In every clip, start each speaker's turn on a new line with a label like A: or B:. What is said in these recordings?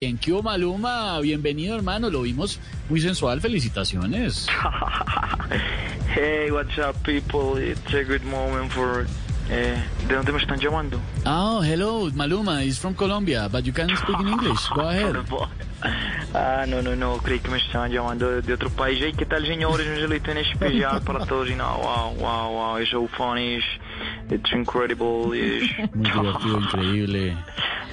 A: En Kio Maluma, bienvenido hermano, lo vimos muy sensual, felicitaciones.
B: hey, what's up, people? It's a good moment for. Eh, ¿De dónde me están llamando?
A: Oh, hello, Maluma, he's from Colombia, but you can speak in English. Go ahead.
B: Ah, no, no, no, creí que me estaban llamando de, de otro país. Hey, ¿qué tal, señores? Un saludo en especial para todos. Y no, wow, wow, wow, it's so funny, it's, it's incredible. It's,
A: Muy divertido, increíble.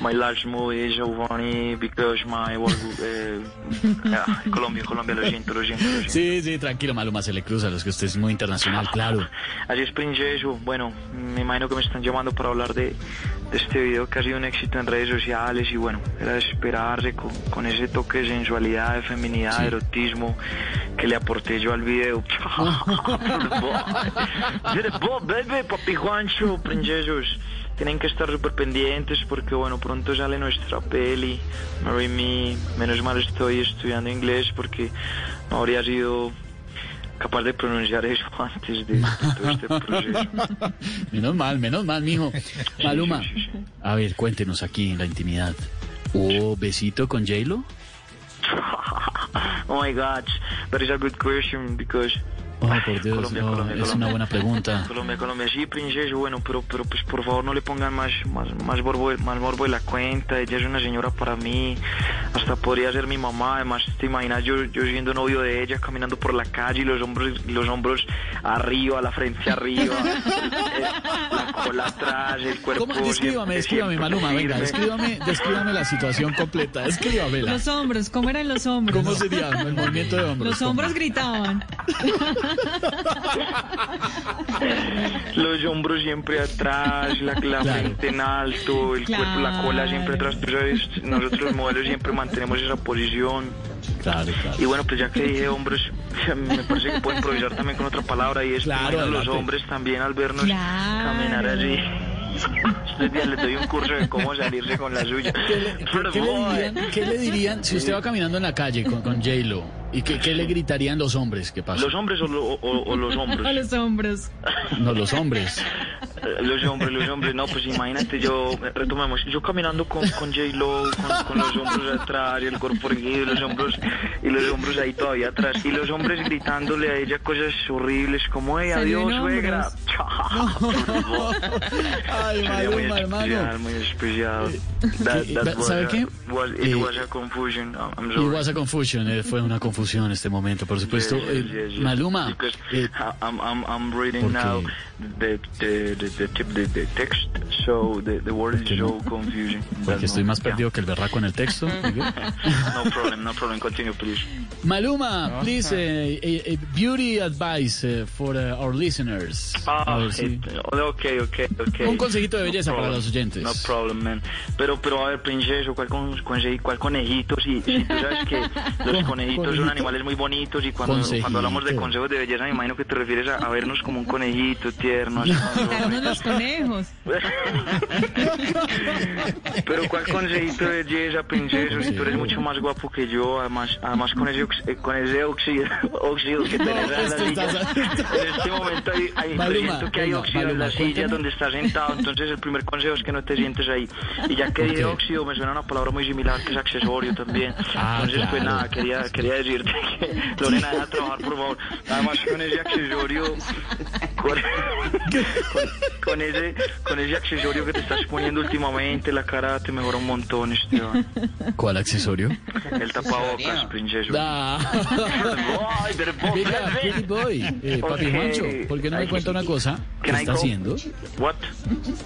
B: my last movie is so funny because my work... Eh, ah, Colombia, Colombia, lo siento, lo siento, lo siento.
A: Sí, sí, tranquilo, Maluma se le cruza, los que usted es muy internacional, claro.
B: Así es, Princeso. Bueno, me imagino que me están llamando para hablar de, de este video que ha sido un éxito en redes sociales y bueno, era de esperarse con, con ese toque de sensualidad, de feminidad, de erotismo que le aporté yo al video. You're the boy, baby, papi Juancho, Princesos. Tienen que estar súper pendientes porque bueno, pronto sale nuestra peli, Marry Me. Menos mal estoy estudiando inglés porque no habría sido capaz de pronunciar eso antes de, de todo este proceso.
A: Menos mal, menos mal, mijo. Maluma, a ver, cuéntenos aquí en la intimidad. ¿Hubo besito con J-Lo?
B: Oh my god, that is a good question because
A: Oh, por Dios,
B: Colombia,
A: no,
B: Colombia,
A: es
B: Colombia.
A: una buena pregunta.
B: Colombia, Colombia, sí, princesa, bueno, pero, pero pues por favor no le pongan más, más, más borbo, más morbo de la cuenta, ella es una señora para mí, hasta podría ser mi mamá, además te imaginas yo, yo siendo novio de ella, caminando por la calle y los hombros, los hombros arriba, la frente arriba, eh, la cola atrás, el cuerpo.
A: ¿Cómo? Descríbame,
B: siempre-
A: descríbame,
B: siempre
A: Maluma, venga,
B: firme.
A: descríbame, descríbame la situación completa, descríbamela.
C: Los hombros, ¿cómo eran los hombros?
A: ¿Cómo sería el movimiento de hombros?
C: Los hombros gritaban.
B: Los hombros siempre atrás, la, la
A: Claro.
B: frente en alto, el cuerpo, la cola siempre
C: Claro.
B: atrás. Tú sabes, nosotros los modelos siempre mantenemos esa posición.
A: Claro, claro.
B: Y bueno, pues ya que dije hombros, me parece que puedo improvisar también con otra palabra y es
A: Claro,
B: imagina los
A: adelante.
B: hombres también al vernos
C: Claro.
B: caminar así. Estos días les doy un curso de cómo salirse con la suya.
A: ¿Qué le, qué-
B: Pero eh.
A: qué le
B: boy.
A: dirían, qué le dirían si usted va caminando en la calle con, con J-Lo? ¿Y qué, qué le gritarían los hombres? ¿Qué pasa?
B: ¿Los hombres o, lo- o- o los hombros?
C: A los hombros.
A: No, los hombres.
B: Eh, Los hombres, los hombres, no, pues imagínate, yo, eh, retomemos, yo caminando con, con J-Lo, con, con los hombros atrás y el cuerpo erguido y los hombros, y los hombros ahí todavía atrás, y los hombres gritándole a ella cosas horribles como, hey,
C: Salió en
B: adiós, suegra.
A: Ay,
B: Sería muy
A: Maluma, hermano.
B: especial, muy especial.
A: Eh, ¿Qué?
B: That, that was
A: ¿Sabe
B: a-
A: qué?
B: was- it
A: Eh,
B: was a confusion, I'm- I'm
A: Y
B: sorry.
A: was a confusion, eh, fue una confusión este momento, por supuesto.
B: Yes, yes,
A: Eh,
B: yes, yes.
A: Maluma,
B: Because
A: eh,
B: I- I'm, I'm, I'm reading
A: porque-
B: now the, the, the, the, tip- the, the text, so the, the word is so confusing. But
A: porque estoy
B: no,
A: más
B: yeah.
A: perdido que el berraco en el texto. digo.
B: no problem, no problem. Continue, please.
A: Maluma, please, eh, eh, eh, beauty advice eh, for eh, our listeners. A ver si-
B: eh, okay, okay, okay.
A: Un consejito de belleza para
B: problem,
A: los oyentes.
B: No problem, man. Pero, pero a ver, princeso, ¿cuál, con, conse- cuál conejito? Si, si tú sabes que los
A: Con-
B: conejitos
A: conejito.
B: son animales muy bonitos y cuando,
A: Consejito.
B: cuando hablamos de consejos de belleza me imagino que te refieres a, a vernos como un conejito tierno. así,
C: Quitarnos los conejos.
B: Pero cuál consejito de belleza, princeso, si tú eres mucho más guapo que yo, además, además con ese ox- eh, con ese óxido, óxido que tenés en la
A: es que
B: silla.
A: estás-
B: En este momento hay, hay
A: Maluma,
B: siento que hay
A: venga,
B: óxido en
A: Maluma,
B: la silla
A: cuéntame.
B: donde estás sentado, entonces el primer consejo es que no te sientes ahí. Y ya que
A: Ok.
B: dije óxido, me suena una palabra muy similar que es accesorio también.
A: Ah,
B: entonces pues
A: claro.
B: nada, quería, quería decirte que Lorena deja trabajar por favor. Además con ese accesorio con, con- con ese con ese accesorio que te estás poniendo últimamente la cara te mejora un montón Esteban.
A: ¿Cuál accesorio?
B: El tapabocas, princeso.
A: Ah.
B: Ay, pero vos,
A: Venga,
B: ven,
A: Pretty
B: ven.
A: Boy, eh, papi
B: Ok.
A: Juancho, ¿por qué no me
B: Ay,
A: cuenta una cosa? ¿Qué
B: Can I
A: está
B: go?
A: haciendo?
B: What?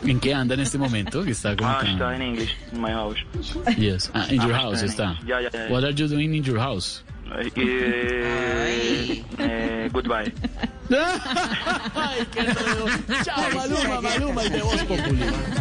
A: ¿En qué anda en este momento? Que está como
B: Ah,
A: tan-
B: está en inglés, in my house.
A: Yes. Ah, in your
B: Ah,
A: house
B: está en
A: está.
B: inglés. Ya, ya, ya.
A: What are you doing in your house?
B: Eh, eh, eh, goodbye.
A: Ay, qué enredo. Chao, Maluma, Maluma y de Voz Popular.